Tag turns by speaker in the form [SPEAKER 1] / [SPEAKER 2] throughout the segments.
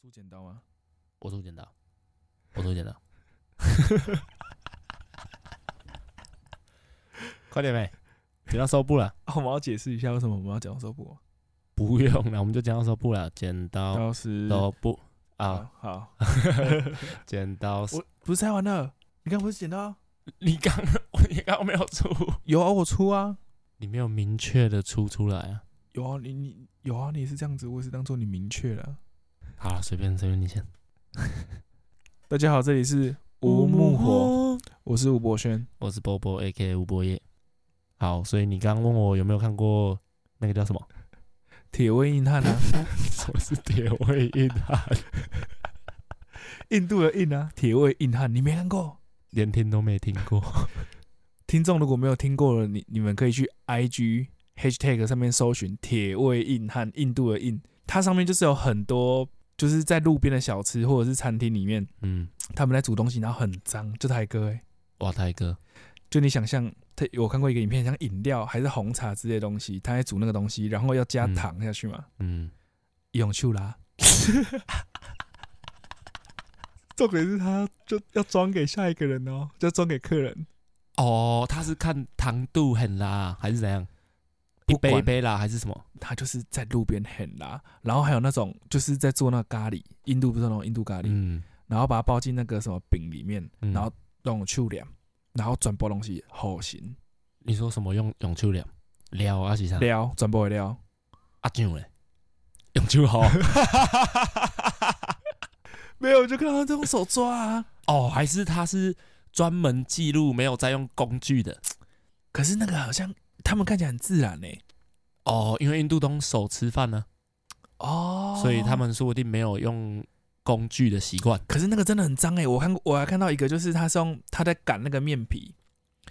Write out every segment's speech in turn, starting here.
[SPEAKER 1] 出剪刀 吗？
[SPEAKER 2] 我出剪刀，我出剪刀，快点呗，剪刀收布了，
[SPEAKER 1] 啊，我们要解释一下为什么我们要讲收布吗，
[SPEAKER 2] 不用了，我们就剪刀收布了，剪刀
[SPEAKER 1] 刀是
[SPEAKER 2] 收布啊，
[SPEAKER 1] 啊，好，
[SPEAKER 2] 剪刀收
[SPEAKER 1] 我不是拆完了？你刚不是剪刀？
[SPEAKER 2] 你刚你刚没有出，
[SPEAKER 1] 有啊，我出啊，
[SPEAKER 2] 你没有明确的出出来啊，
[SPEAKER 1] 有啊，你你有啊，你也是这样子，我也是当做你明确了。
[SPEAKER 2] 好了，随便随便你 先，
[SPEAKER 1] 大家好，这里是无木火，，我是吴博轩。
[SPEAKER 2] 我是波波 A K 吴博业，好，所以你刚问我有没有看过那个叫什么？
[SPEAKER 1] 铁胃硬汉啊，
[SPEAKER 2] 什么是铁胃硬汉？
[SPEAKER 1] 印度的印啊，铁胃硬汉，你没看过？
[SPEAKER 2] 连听都没听过。
[SPEAKER 1] 听众如果没有听过的，你你们可以去 IG hashtag 上面搜寻“铁胃硬汉”，印度的印，它上面就是有很多就是在路边的小吃或者是餐厅里面，
[SPEAKER 2] 嗯，
[SPEAKER 1] 他们在煮东西，然后很脏，就台哥、欸，
[SPEAKER 2] 哇，泰哥，
[SPEAKER 1] 就你想象，他我看过一个影片，像饮料还是红茶之类的东西，他在煮那个东西，然后要加
[SPEAKER 2] 嗯
[SPEAKER 1] 糖下去嘛，
[SPEAKER 2] 嗯，
[SPEAKER 1] 用去啦。重点是他就要装给下一个人哦，就装给客人，
[SPEAKER 2] 哦，他是看糖度很辣还是怎样？一
[SPEAKER 1] 不管
[SPEAKER 2] 杯一杯啦，还是什么？
[SPEAKER 1] 他就是在路边很拉，然后还有那种就是在做那个咖喱，印度不是那种印度咖喱，
[SPEAKER 2] 嗯，
[SPEAKER 1] 然后把它包进那个什么饼里面，
[SPEAKER 2] 嗯
[SPEAKER 1] 然后用去凉，然后转播东西好行
[SPEAKER 2] 你说什么用用秋料料啊？是啥？
[SPEAKER 1] 撩转播撩，
[SPEAKER 2] 阿酱嘞？用哦秋好
[SPEAKER 1] 没有就看到他用手抓啊，
[SPEAKER 2] 哦，还是他是专门记录没有在用工具的
[SPEAKER 1] 可是那个好像他们看起来很自然欸呢、
[SPEAKER 2] 哦？因为印度都用手吃饭呢、
[SPEAKER 1] 哦
[SPEAKER 2] 所以他们说不定没有用工具的习惯。
[SPEAKER 1] 可是那个真的很脏哎、我看过我还看到一个就是他是用他在擀那个面皮，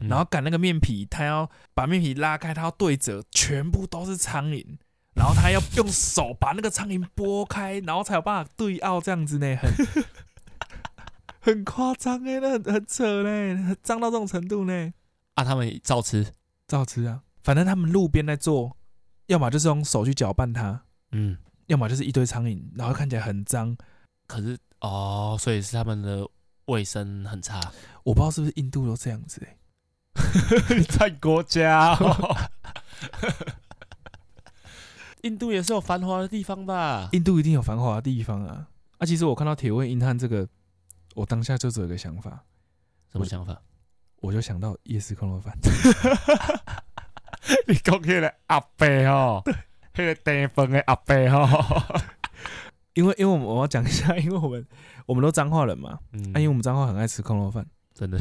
[SPEAKER 2] 嗯
[SPEAKER 1] 然后擀那个面皮，他要把面皮拉开，他要对折，全部都是苍蝇，然后他要用手把那个苍蝇拨开，然后才有办法对奥这样子呢，很 很夸张哎，那很很扯嘞，脏到这种程度呢，
[SPEAKER 2] 啊，他们照吃。
[SPEAKER 1] 照吃啊，反正他们路边在做，要么就是用手去搅拌它，
[SPEAKER 2] 嗯，
[SPEAKER 1] 要么就是一堆苍蝇，然后看起来很脏，
[SPEAKER 2] 可是哦，所以是他们的卫生很差。
[SPEAKER 1] 我不知道是不是印度都这样子哎、
[SPEAKER 2] 你在国家、印度也是有繁华的地方吧？
[SPEAKER 1] 印度一定有繁华的地方啊！啊，其实我看到铁胃硬汉这个，我当下就只有一个想法，
[SPEAKER 2] 什么想法？
[SPEAKER 1] 我就想到夜市空肉饭。
[SPEAKER 2] 你讲起来阿伯哦，那个地方的阿伯哦，
[SPEAKER 1] 因为因为我们我要讲一下， 因为我们我们都彰化人嘛，
[SPEAKER 2] 嗯
[SPEAKER 1] 啊，因为我们彰化很爱吃空肉饭，
[SPEAKER 2] 真的，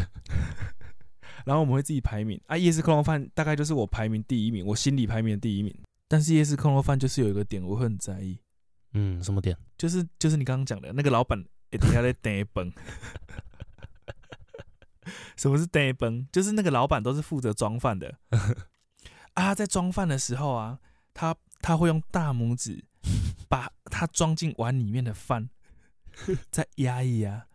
[SPEAKER 1] 然后我们会自己排名啊，夜市空肉饭大概就是我排名第一名，我心里排名的第一名。但是夜市空肉饭就是有一个点我会很在意，
[SPEAKER 2] 嗯，什么点？
[SPEAKER 1] 就是就是你刚刚讲的那个老板，哎，底下在呆崩。什么是呆崩？就是那个老板都是负责装饭的啊，他在装饭的时候啊，他他会用大拇指把他装进碗里面的饭再压一压，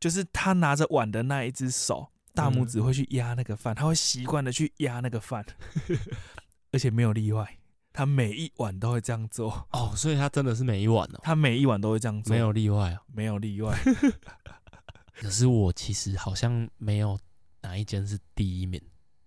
[SPEAKER 1] 就是他拿着碗的那一只手，大拇指会去压那个饭，他会习惯的去压那个饭，而且没有例外，他每一碗都会这样做，
[SPEAKER 2] 哦，所以他真的是每一碗哦，
[SPEAKER 1] 他每一碗都会这样做，
[SPEAKER 2] 没有例外哦。
[SPEAKER 1] 没有例外。
[SPEAKER 2] 可是我其实好像没有哪一间是第一名，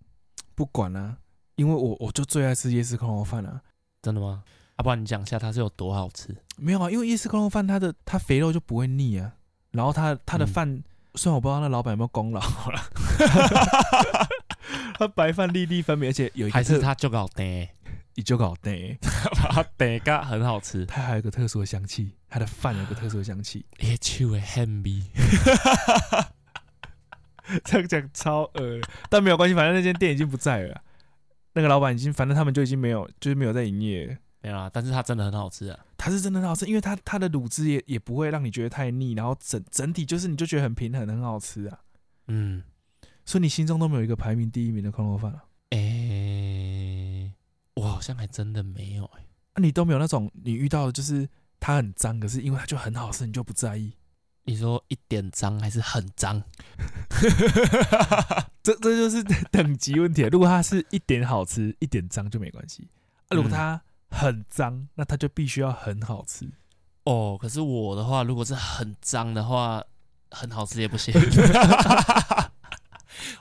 [SPEAKER 1] 不管啦、因为我我就最爱吃夜市空肉饭啊。
[SPEAKER 2] 真的吗？啊，不然你讲一下它是有多好吃？
[SPEAKER 1] 没有啊，因为夜市空肉饭它的它肥肉就不会腻啊，然后它它的
[SPEAKER 2] 嗯
[SPEAKER 1] 饭、虽然我不知道那老板有没有功劳 啦，它白饭粒粒分明，而且有一个
[SPEAKER 2] 还是
[SPEAKER 1] 特
[SPEAKER 2] 它就搞得
[SPEAKER 1] 你就搞对，
[SPEAKER 2] 把它得个很好吃，
[SPEAKER 1] 它还有一个特殊的香气，它的饭有一个特殊的香气，
[SPEAKER 2] 也就会很味。
[SPEAKER 1] 这样讲超恶，但没有关系，反正那间店已经不在了啊。那个老板已经，反正他们就已经没有，就是没有在营业了。
[SPEAKER 2] 没有啦，但是它真的很好吃啊。
[SPEAKER 1] 它是真的很好吃，因为它它的卤汁也也不会让你觉得太腻，然后整整体就是你就觉得很平衡，很好吃啊。
[SPEAKER 2] 嗯，
[SPEAKER 1] 所以你心中都没有一个排名第一名的空肉饭啊？
[SPEAKER 2] 诶、我好像还真的没有、欸。
[SPEAKER 1] 啊你都没有那种你遇到的就是它很脏，可是因为它就很好吃，你就不在 意。
[SPEAKER 2] 你说一点脏还是很脏？
[SPEAKER 1] 这这就是等级问题啊。如果它是一点好吃，一点脏就没关系；啊、如果
[SPEAKER 2] 嗯
[SPEAKER 1] 它很脏，那它就必须要很好吃。
[SPEAKER 2] 哦，可是我的话，如果是很脏的话，很好吃也不 行。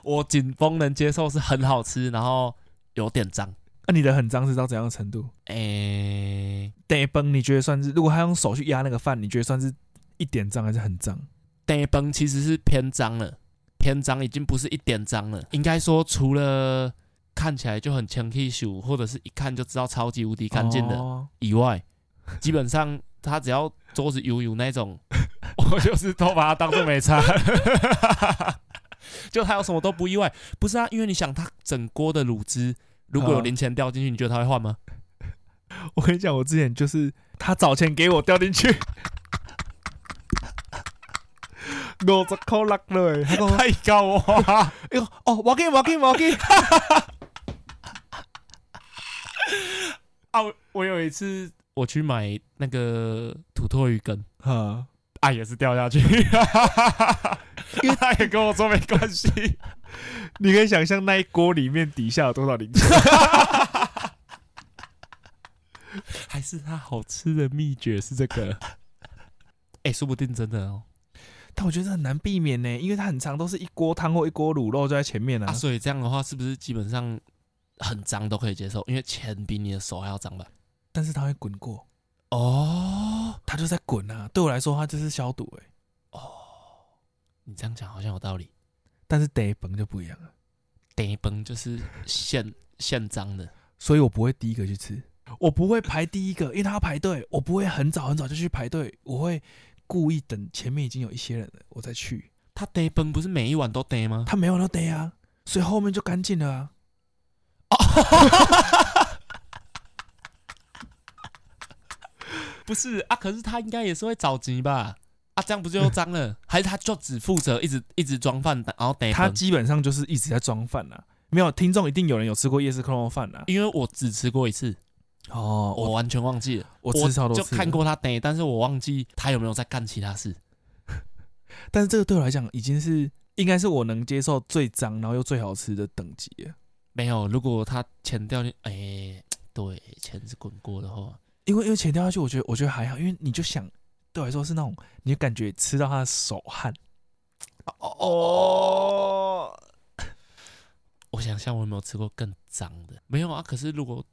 [SPEAKER 2] 我紧绷能接受是很好吃，然后有点脏。
[SPEAKER 1] 那、啊你的很脏是到怎样的程度？
[SPEAKER 2] 诶、
[SPEAKER 1] 得崩，你觉得算是？如果他用手去压那个饭，你觉得算是一点脏还是很脏？
[SPEAKER 2] 呆崩其实是偏脏了，偏脏已经不是一点脏了。应该说，除了看起来就很清气秀，或者是一看就知道超级无敌干净的
[SPEAKER 1] 哦
[SPEAKER 2] 以外，基本上他只要桌子油油那 种，
[SPEAKER 3] 我就是都把它当做没差。
[SPEAKER 2] 就他有什么都不意外。不是啊，因为你想，他整锅的卤汁如果有
[SPEAKER 1] 嗯
[SPEAKER 2] 零钱掉进去，你觉得他会换 吗？
[SPEAKER 1] 我跟你讲，我之前就是他找钱给我掉进 去，五十块落落欸的，他跟我说
[SPEAKER 3] 太高哇！
[SPEAKER 1] 哎呦，哦，我给，我给，我 给，
[SPEAKER 2] 啊，我我有一次我去买那个土托鱼羹，
[SPEAKER 1] 啊，
[SPEAKER 3] 啊，也是掉下去，因为他也跟我说没关系。
[SPEAKER 1] 你可以想象那一锅里面底下有多少零钱？
[SPEAKER 2] 还是它好吃的秘诀是这个？哎、说不定真的哦。
[SPEAKER 1] 但我觉得很难避免呢，因为它很长，都是一锅汤或一锅卤肉就在前面
[SPEAKER 2] 啊，
[SPEAKER 1] 啊。
[SPEAKER 2] 所以这样的话，是不是基本上很脏都可以接受？因为钱比你的手还要脏吧？
[SPEAKER 1] 但是它会滚过，
[SPEAKER 2] 哦
[SPEAKER 1] 它就在滚啊。对我来说，它就是消毒哎、
[SPEAKER 2] 哦，你这样讲好像有道理。
[SPEAKER 1] 但是得崩就不一样了，
[SPEAKER 2] 呆崩就是现现脏的，
[SPEAKER 1] 所以我不会第一个去吃，我不会排第一个，因为它要排队，我不会很早很早就去排队，我会故意等前面已经有一些人了，我再去。
[SPEAKER 2] 他呆崩不是每一碗都呆吗？
[SPEAKER 1] 他没有都得啊，所以后面就干净了啊。
[SPEAKER 2] 不是啊，可是他应该也是会找急吧？啊，这样不就又脏 了？还是他就只负责一直一直装饭，然后呆
[SPEAKER 1] 他
[SPEAKER 2] 崩？
[SPEAKER 1] 基本上就是一直在装饭啊。没有听众一定有人有吃过夜市空肉饭啊。
[SPEAKER 2] 因为我只吃过一次，
[SPEAKER 1] 哦
[SPEAKER 2] 我完全忘记了。
[SPEAKER 1] 我
[SPEAKER 2] 我
[SPEAKER 1] 吃超多
[SPEAKER 2] 就
[SPEAKER 1] 次了
[SPEAKER 2] 看过他呆，但是我忘记他有没有在干其他事。
[SPEAKER 1] 但是这个对我来讲已经是应该是我能接受最脏然后又最好吃的等级了，
[SPEAKER 2] 没有，如果他钱掉进，哎、对，钱是滚过的话，
[SPEAKER 1] 因为因为钱掉下去，我觉得我觉得还好，因为你就想对我来说是那种你就感觉吃到他的手汗，
[SPEAKER 2] 哦，我想象我有没有吃过更脏的？没有啊，可是如果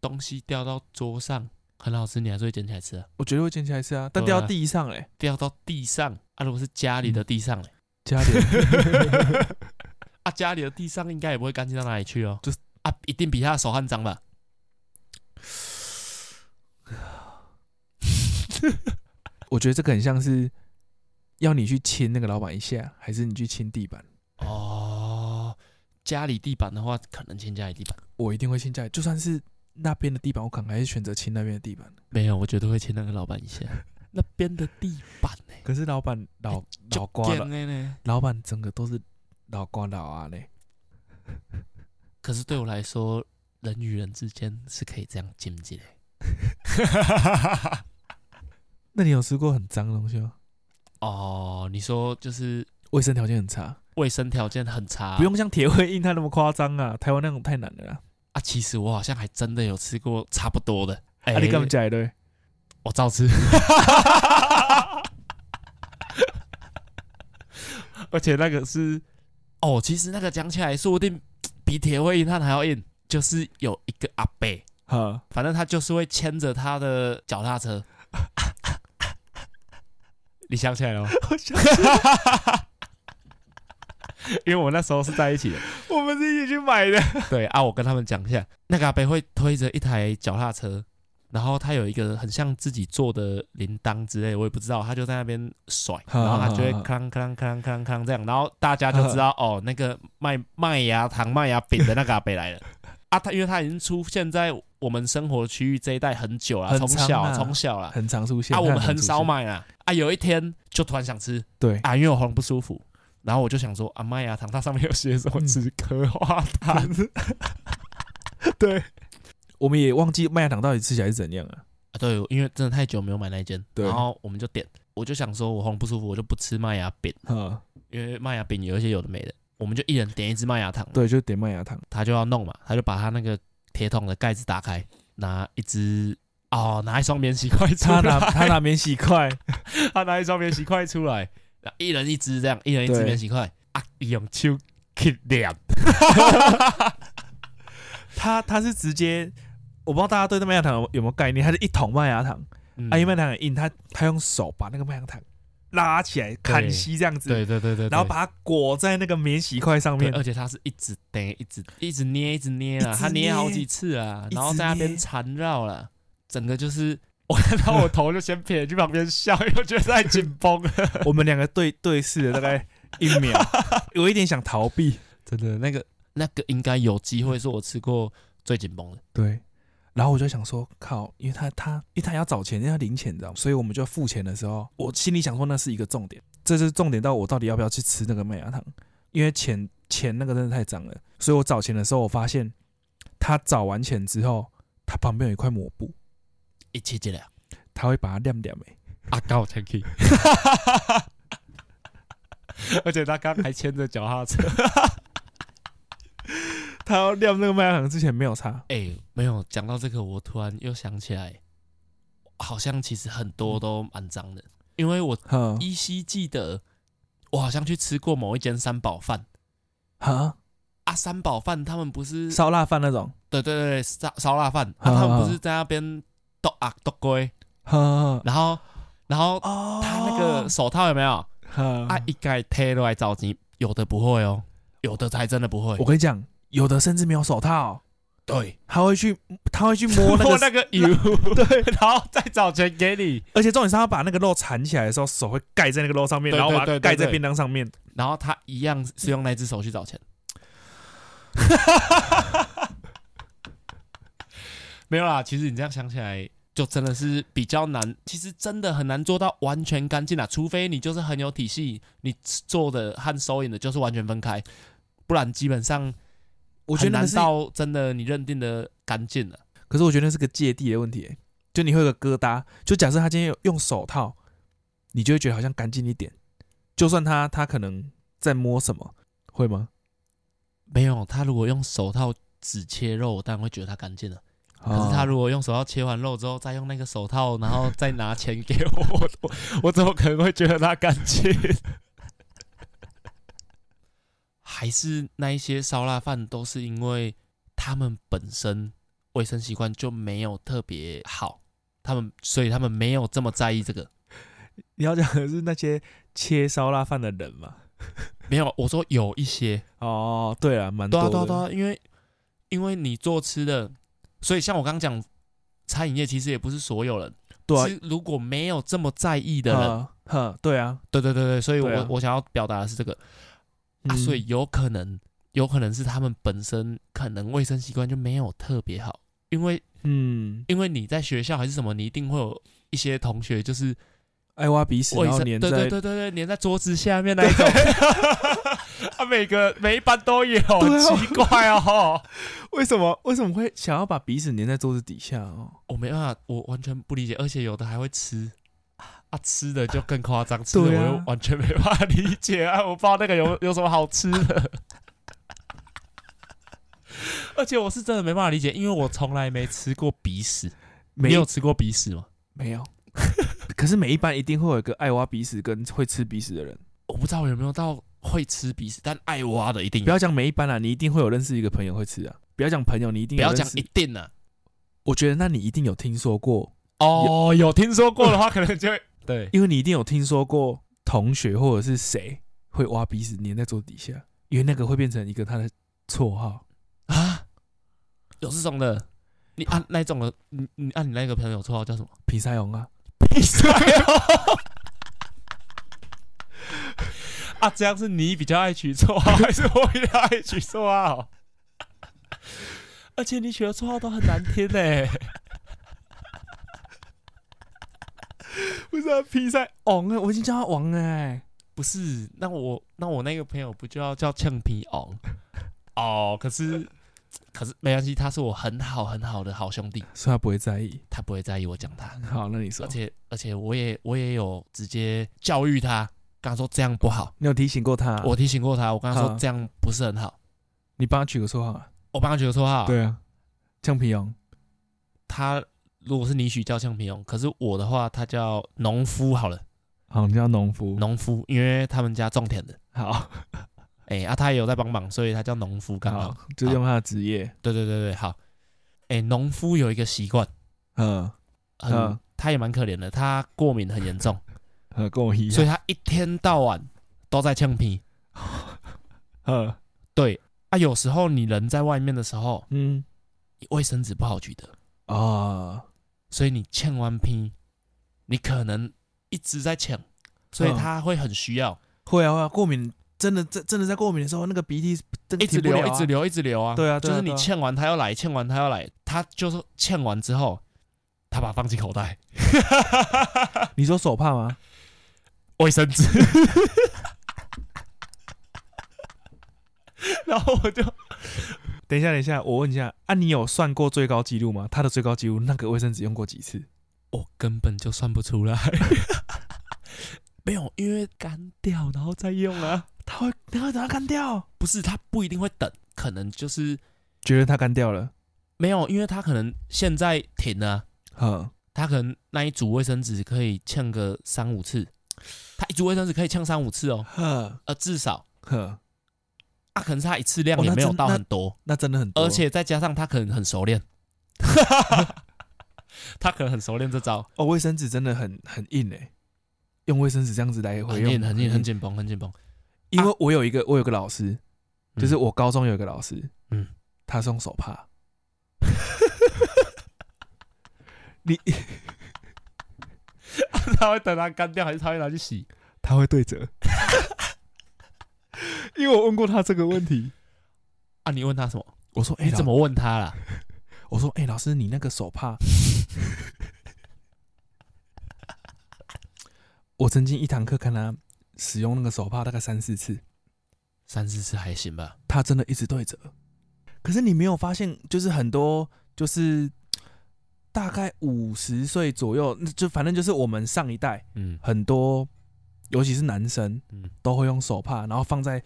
[SPEAKER 2] 东西掉到桌上很好吃，你还是会捡起来吃啊。
[SPEAKER 1] 我绝对会捡起来吃啊。但
[SPEAKER 2] 对啊
[SPEAKER 1] 掉到地上嘞，
[SPEAKER 2] 掉到地上啊，如果是家里的地上嘞、
[SPEAKER 1] 家里
[SPEAKER 2] 啊，家里的地上应该也不会干净到哪里去哦，
[SPEAKER 1] 就是
[SPEAKER 2] 啊，一定比他的手汗脏吧？
[SPEAKER 1] 我觉得这个很像是要你去亲那个老板一下，还是你去亲地板？
[SPEAKER 2] 哦，家里地板的话，可能欠家里地板。
[SPEAKER 1] 我一定会亲家里，就算是那边的地板，我可能还是选择亲那边的地板。
[SPEAKER 2] 没有，我绝对会欠那个老板一下。 那边的地板呢、
[SPEAKER 1] 可是老板老
[SPEAKER 2] 哎就
[SPEAKER 1] 老瓜
[SPEAKER 2] 贱
[SPEAKER 1] 了，
[SPEAKER 2] 的呢？
[SPEAKER 1] 老板整个都是老瓜老啊 嘞。
[SPEAKER 2] 可是对我来说，人与人之间是可以这样亲近的。
[SPEAKER 1] 那你有吃过很脏的东西吗？
[SPEAKER 2] 哦，你说就是
[SPEAKER 1] 卫生条件很差，
[SPEAKER 2] 卫生条件很差，
[SPEAKER 1] 不用像铁灰印它那么夸张啊，台湾那种太难了啦。
[SPEAKER 2] 啊？其实我好像还真的有吃过差不多的。哎、
[SPEAKER 1] 啊，你干嘛讲一 堆？
[SPEAKER 2] 我照吃。
[SPEAKER 3] 而且那个是
[SPEAKER 2] 哦，其实那个讲起来，说不定比铁会硬汉还要硬。就是有一个阿伯，
[SPEAKER 1] 哈，
[SPEAKER 2] 反正他就是会牵着他的脚踏 车。你想起来了吗？
[SPEAKER 3] 因为我那时候是在一起的，
[SPEAKER 1] 我们是一起去买的。
[SPEAKER 2] 对啊，我跟他们讲一下，那个阿伯会推着一台脚踏车，然后他有一个很像自己做的铃铛之类，我也不知道，他就在那边甩，
[SPEAKER 1] 哈
[SPEAKER 2] 然后他就会
[SPEAKER 1] 哈哈
[SPEAKER 2] 哐啷哐啷哐啷哐啷哐啷这样，然后大家就知道哦，那个卖麦芽糖、麦芽饼的那个阿伯来了啊，他因为他已经出现在我们生活区域这一带很久了，
[SPEAKER 1] 很
[SPEAKER 2] 从
[SPEAKER 1] 长
[SPEAKER 2] 小
[SPEAKER 1] 啊
[SPEAKER 2] 从小了。
[SPEAKER 1] 很常出现
[SPEAKER 2] 啊，我们
[SPEAKER 1] 常
[SPEAKER 2] 很少
[SPEAKER 1] 出现
[SPEAKER 2] 买啦。啊，有一天就突然想吃
[SPEAKER 1] 对，
[SPEAKER 2] 啊，因为我喉咙不舒服，然后我就想说啊，麦芽糖它上面有写什么
[SPEAKER 1] 嗯
[SPEAKER 2] 止咳化痰，
[SPEAKER 1] 我们也忘记麦芽糖到底吃起来是怎样啊。
[SPEAKER 2] 啊，对，因为真的太久没有买那一间，
[SPEAKER 1] 对
[SPEAKER 2] 然后我们就点，我就想说我喉咙不舒服，我就不吃麦芽饼，
[SPEAKER 1] 哈，
[SPEAKER 2] 因为麦芽饼有一些有的没的，我们就一人点一支麦芽糖，
[SPEAKER 1] 对，就 点麦芽糖。
[SPEAKER 2] 他就要弄嘛，他就把他那个铁桶的盖子打开，拿一支哦，拿一双免洗筷出
[SPEAKER 1] 他
[SPEAKER 2] 来，
[SPEAKER 1] 拿他拿免洗筷，
[SPEAKER 2] 他拿一双免洗筷出来，然后一人一只这样，一人一只
[SPEAKER 1] 对
[SPEAKER 2] 免洗筷啊，用手去量，
[SPEAKER 1] 他他是直接，我不知道大家对那麦芽糖有有没有概念，他是一桶麦芽糖，
[SPEAKER 2] 嗯
[SPEAKER 1] 啊，因为麦芽糖很硬，他他用手把那个麦芽糖拉起来，砍稀这样子，
[SPEAKER 2] 嗯对对对对，
[SPEAKER 1] 然后
[SPEAKER 2] 对
[SPEAKER 1] 把它裹在那个免洗筷上
[SPEAKER 2] 对
[SPEAKER 1] 面，
[SPEAKER 2] 而且他是一直逮，一直一直捏，一直捏
[SPEAKER 1] 一
[SPEAKER 2] 啊，
[SPEAKER 1] 直
[SPEAKER 2] 他捏
[SPEAKER 1] 捏
[SPEAKER 2] 好几次啊，
[SPEAKER 1] 一直
[SPEAKER 2] 然后在那边
[SPEAKER 1] 捏
[SPEAKER 2] 缠绕了，整个就是我看到我头就先撇去旁边笑，因为我觉得太紧绷了。
[SPEAKER 1] 我们两个对对视了大概一 秒，有一点想逃避，
[SPEAKER 2] 真的，那个 那个应该有机会是我吃过最紧绷的。
[SPEAKER 1] 对。然后我就想说，靠，因为他他因为他要找钱，要零钱，你知道吗？所以我们就付钱的时候，我心里想说那是一个重点，这是重点到我到底要不要去吃那个麦芽糖，因为钱钱那个真的太脏了。所以我找钱的时候，我发现他找完钱之后，他旁边有一块抹布，
[SPEAKER 2] 一起进来啊，
[SPEAKER 1] 他会把它晾晾诶。
[SPEAKER 2] 阿高 t h a 而且他刚还牵着脚踏车，
[SPEAKER 1] 他要晾那个麦芽糖之前没有擦，
[SPEAKER 2] 哎、没有讲到这个，我突然又想起来，好像其实很多都蛮脏的，因为我
[SPEAKER 1] 哈
[SPEAKER 2] 依稀记得，我好像去吃过某一间三宝饭
[SPEAKER 1] 哈，
[SPEAKER 2] 啊，三宝饭他们不是，
[SPEAKER 1] 烧腊饭那种，
[SPEAKER 2] 对对对，烧烧腊饭，啊，
[SPEAKER 1] 啊
[SPEAKER 2] 他们不是在那边剁啊剁龟，
[SPEAKER 1] 哈
[SPEAKER 2] 然后然后
[SPEAKER 1] 哦，
[SPEAKER 2] 他那个手套有没有？
[SPEAKER 1] 哈
[SPEAKER 2] 啊，一概贴落来找你，有的不会哦，有的还真的不会
[SPEAKER 1] 我。跟你讲，有的甚至没有手套，
[SPEAKER 2] 哦对，
[SPEAKER 1] 他会去他会去 摸那个
[SPEAKER 2] 那个油，对， 然后再找钱给你，
[SPEAKER 1] 而且重点是他把那个肉缠起来的时候，手会盖在那个肉上面，
[SPEAKER 2] 对
[SPEAKER 1] 然后把
[SPEAKER 2] 对
[SPEAKER 1] 它
[SPEAKER 2] 对对
[SPEAKER 1] 盖在便当上面。
[SPEAKER 2] 然后他一样是用那只手去找 钱。没有啦，其实你这样想起来，就真的是比较难。其实真的很难做到完全干净啦，啊除非你就是很有体系，你做的和收银的就是完全分开，不然基本上
[SPEAKER 1] 我觉得那个
[SPEAKER 2] 很难
[SPEAKER 1] 是，
[SPEAKER 2] 到真的你认定的干净啊了。
[SPEAKER 1] 可是我觉得那是个芥蒂的问题欸、就你会有个疙瘩。就假设他今天有用手套，你就会觉得好像干净一点。就算他他可能在摸什么，会吗？
[SPEAKER 2] 没有，他如果用手套只切肉，我当然会觉得它干净啊了。可是他
[SPEAKER 1] 哦
[SPEAKER 2] 如果用手套切完肉之后，再用那个手套，然后再拿钱给我，我 我我怎么可能会觉得它干净？还是那一些烧腊饭都是因为他们本身卫生习惯就没有特别好，他们所以他们没有这么在意这个。
[SPEAKER 1] 你要讲的是那些切烧腊饭的人嘛？
[SPEAKER 2] 没有，我说有一些，
[SPEAKER 1] 哦，对啊，蛮
[SPEAKER 2] 对
[SPEAKER 1] 多
[SPEAKER 2] 啊，
[SPEAKER 1] 的。
[SPEAKER 2] 对啊，对啊，因为因为你做吃的，所以像我刚刚讲，餐饮业其实也不是所有人，
[SPEAKER 1] 对啊
[SPEAKER 2] 是如果没有这么在意啊的人，
[SPEAKER 1] 嗯哼，对啊，
[SPEAKER 2] 对对对对，所以我、
[SPEAKER 1] 对啊
[SPEAKER 2] 我想要表达的是这个、啊，
[SPEAKER 1] 嗯
[SPEAKER 2] 所以有可能有可能是他们本身可能卫生习惯就没有特别好，因为
[SPEAKER 1] 嗯，
[SPEAKER 2] 因为你在学校还是什么，你一定会有一些同学就是
[SPEAKER 1] 爱挖鼻屎，
[SPEAKER 2] 卫
[SPEAKER 1] 然后
[SPEAKER 2] 生，
[SPEAKER 1] 粘
[SPEAKER 2] 对对
[SPEAKER 1] 在
[SPEAKER 2] 对对对，粘在桌子下面那一 种，啊，每个每一班都有，
[SPEAKER 1] 对啊
[SPEAKER 2] 奇怪哦。
[SPEAKER 1] 为什么为什么会想要把鼻屎粘在桌子底下哦？
[SPEAKER 2] 我没办法，我完全不理解，而且有的还会吃啊，吃的就更夸 张，吃
[SPEAKER 1] 对
[SPEAKER 2] 的
[SPEAKER 1] 啊
[SPEAKER 2] 我又完全没办法理解啊，我不知道那个有有什么好吃的。 而且我是真的没办法理解，因为我从来没吃过鼻屎。
[SPEAKER 1] 没
[SPEAKER 2] 你有吃过鼻屎吗？
[SPEAKER 1] 没有。 可是每一班一定会有一个爱挖鼻屎跟会吃鼻屎的人，
[SPEAKER 2] 我不知道有没有到会吃鼻屎，但爱挖的一定
[SPEAKER 1] 不
[SPEAKER 2] 有。
[SPEAKER 1] 要讲每一班啊啦，你一定会有认识一个朋友会吃啊。不要讲朋友，你一定
[SPEAKER 2] 不
[SPEAKER 1] 有
[SPEAKER 2] 要
[SPEAKER 1] 认
[SPEAKER 2] 讲
[SPEAKER 1] 识
[SPEAKER 2] 一定啊呢、
[SPEAKER 1] 我觉得那你一定有听说过，
[SPEAKER 2] 哦，有听说过的话，可能 就会对。
[SPEAKER 1] 因为你一定有听说过同学或者是谁会挖鼻屎粘在桌底下，因为那个会变成一个他的绰号。
[SPEAKER 2] 啊，有这种的。你按、那种的，你你按、你那个朋友绰号叫什么？
[SPEAKER 1] 皮塞翁啊，
[SPEAKER 2] 比赛哦。啊，这样是你比较爱取绰号，还是我比较爱取绰号？而且你取的绰号都很难听呢、
[SPEAKER 1] 不是啊，皮塞翁啊，我已经叫他王哎、
[SPEAKER 2] 不是，那我那我那个朋友不就要叫呛皮昂？哦，可是可是没关系，他是我很好很好的好兄弟，
[SPEAKER 1] 所以他不会在意。
[SPEAKER 2] 他不会在意我讲他。
[SPEAKER 1] 好，那你说
[SPEAKER 2] 而，且而且我也我也有直接教育他，跟他说这样不好。
[SPEAKER 1] 你有提醒过他、
[SPEAKER 2] 我提醒过他，我跟他说
[SPEAKER 1] 嗯
[SPEAKER 2] 这样不是很好。
[SPEAKER 1] 你帮他取个绰号、啊。
[SPEAKER 2] 我帮他取个绰号，
[SPEAKER 1] 对啊，橡皮翁。
[SPEAKER 2] 他如果是你许叫橡皮桶，可是我的话，它叫农夫好了，
[SPEAKER 1] 好，你叫农夫，
[SPEAKER 2] 农夫，因为他们家种田的，
[SPEAKER 1] 好，
[SPEAKER 2] 哎、啊，他也有在帮忙，所以他叫农夫刚好。
[SPEAKER 1] 好，就用他的职业，
[SPEAKER 2] 对对对对，好。哎、农夫有一个习惯，
[SPEAKER 1] 嗯，
[SPEAKER 2] 很、
[SPEAKER 1] 嗯
[SPEAKER 2] 他也蛮可怜的，他过敏很严重，
[SPEAKER 1] 呃跟我一
[SPEAKER 2] 所
[SPEAKER 1] 样，
[SPEAKER 2] 以他一天到晚都在呛皮。
[SPEAKER 1] 嗯
[SPEAKER 2] 对啊，有时候你人在外面的时候，
[SPEAKER 1] 嗯
[SPEAKER 2] 卫生纸不好取得，
[SPEAKER 1] 啊，
[SPEAKER 2] 所以你欠完拼，你可能一直在抢，所以
[SPEAKER 1] 嗯
[SPEAKER 2] 他会很需要，
[SPEAKER 1] 会啊会啊，过敏真的真真的在过敏的时候，那个鼻涕真的
[SPEAKER 2] 一直
[SPEAKER 1] 停不
[SPEAKER 2] 流，
[SPEAKER 1] 了啊
[SPEAKER 2] 一直，流，一直流啊！
[SPEAKER 1] 对啊对
[SPEAKER 2] 就
[SPEAKER 1] 啊
[SPEAKER 2] 是你
[SPEAKER 1] 对啊
[SPEAKER 2] 欠完他要来，欠完他要来，他就是欠完之后，他把它放进口 袋，
[SPEAKER 1] 你说手帕吗？
[SPEAKER 2] 卫生纸。 然后我就
[SPEAKER 1] 等一下等一下，我问一下，啊，你有算过最高纪录吗？他的最高纪录那个卫生纸用过几次？
[SPEAKER 2] 我根本就算不出来， 没有，因为干掉然后再用啊，
[SPEAKER 1] 他会他会等他干掉？
[SPEAKER 2] 不是他不一定会等，可能就是
[SPEAKER 1] 觉得他干掉了，
[SPEAKER 2] 没有，因为他可能现在停了啊、
[SPEAKER 1] 嗯，
[SPEAKER 2] 他可能那一组卫生纸可以呛个三五次，他一组卫生纸可以呛三五次哦，
[SPEAKER 1] 呵
[SPEAKER 2] 呃，至少
[SPEAKER 1] 呵，
[SPEAKER 2] 啊，可能是他一次量
[SPEAKER 1] 哦
[SPEAKER 2] 也
[SPEAKER 1] 那
[SPEAKER 2] 没有
[SPEAKER 1] 真
[SPEAKER 2] 到
[SPEAKER 1] 那
[SPEAKER 2] 很多，
[SPEAKER 1] 那真的很多，
[SPEAKER 2] 而且再加上他可能很熟练， 他可能很熟练这招，
[SPEAKER 1] 哦，卫生纸真的很很硬诶、用卫生纸这样子来回
[SPEAKER 2] 很
[SPEAKER 1] 用，
[SPEAKER 2] 硬很硬很紧绷很紧绷，
[SPEAKER 1] 因为我有一个我有个老师，就是
[SPEAKER 2] 嗯
[SPEAKER 1] 我高中有一个老师，
[SPEAKER 2] 嗯
[SPEAKER 1] 嗯，他是用手 帕。你
[SPEAKER 2] 他会等它干掉还是他会拿去洗？
[SPEAKER 1] 他会对折，因为我问过他这个问题，
[SPEAKER 2] 啊，你问他什么？
[SPEAKER 1] 我说：“哎、
[SPEAKER 2] 你怎
[SPEAKER 1] 么
[SPEAKER 2] 么问他啦？？”
[SPEAKER 1] 我说：“哎、老师，你那个手 帕。” 我曾经一堂课看他使用那个手帕大概三四次，
[SPEAKER 2] 三四次还行吧，
[SPEAKER 1] 他真的一直对折。可是你没有发现，就是很多就是大概五十岁左右，就反正就是我们上一代
[SPEAKER 2] 嗯
[SPEAKER 1] 很多，尤其是男生
[SPEAKER 2] 嗯
[SPEAKER 1] 都会用手帕，然后放在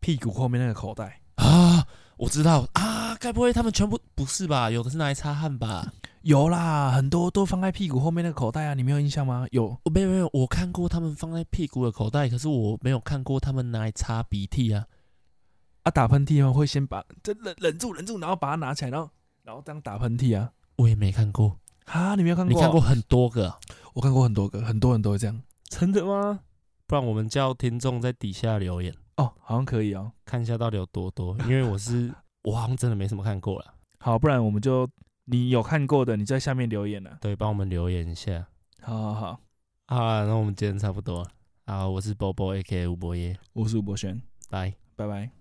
[SPEAKER 1] 屁股后面那个口袋。
[SPEAKER 2] 啊，我知道啊，该不会他们全部不是吧？有的是拿来擦汗吧？
[SPEAKER 1] 有啦，很多都放在屁股后面那个口袋啊，你没有印象吗？有，
[SPEAKER 2] 我没有没有，我看过他们放在屁股的口袋，可是我没有看过他们拿来擦鼻涕啊。
[SPEAKER 1] 啊，打喷嚏吗？会先把这忍忍住忍住，然后把它拿起来，然后然后这样打喷嚏啊。
[SPEAKER 2] 我也没看过，
[SPEAKER 1] 啊，你没有看
[SPEAKER 2] 你
[SPEAKER 1] 过？
[SPEAKER 2] 看过？很多个啊、
[SPEAKER 1] 我看过很多个，很多人都会这样。
[SPEAKER 2] 真的吗？不然我们叫听众在底下留言，
[SPEAKER 1] 哦，好像可以哦。
[SPEAKER 2] 看一下到底有多 多，因为我是我好像真的没什么看过了。
[SPEAKER 1] 好，不然我们就你有看过的，你在下面留言啊。
[SPEAKER 2] 对，帮我们留言一下。
[SPEAKER 1] 好好好，
[SPEAKER 2] 好啦，那我们今天差不多了啊，我是波波 A K 吴博业，
[SPEAKER 1] 我是吴博轩，
[SPEAKER 2] 拜。
[SPEAKER 1] 拜拜。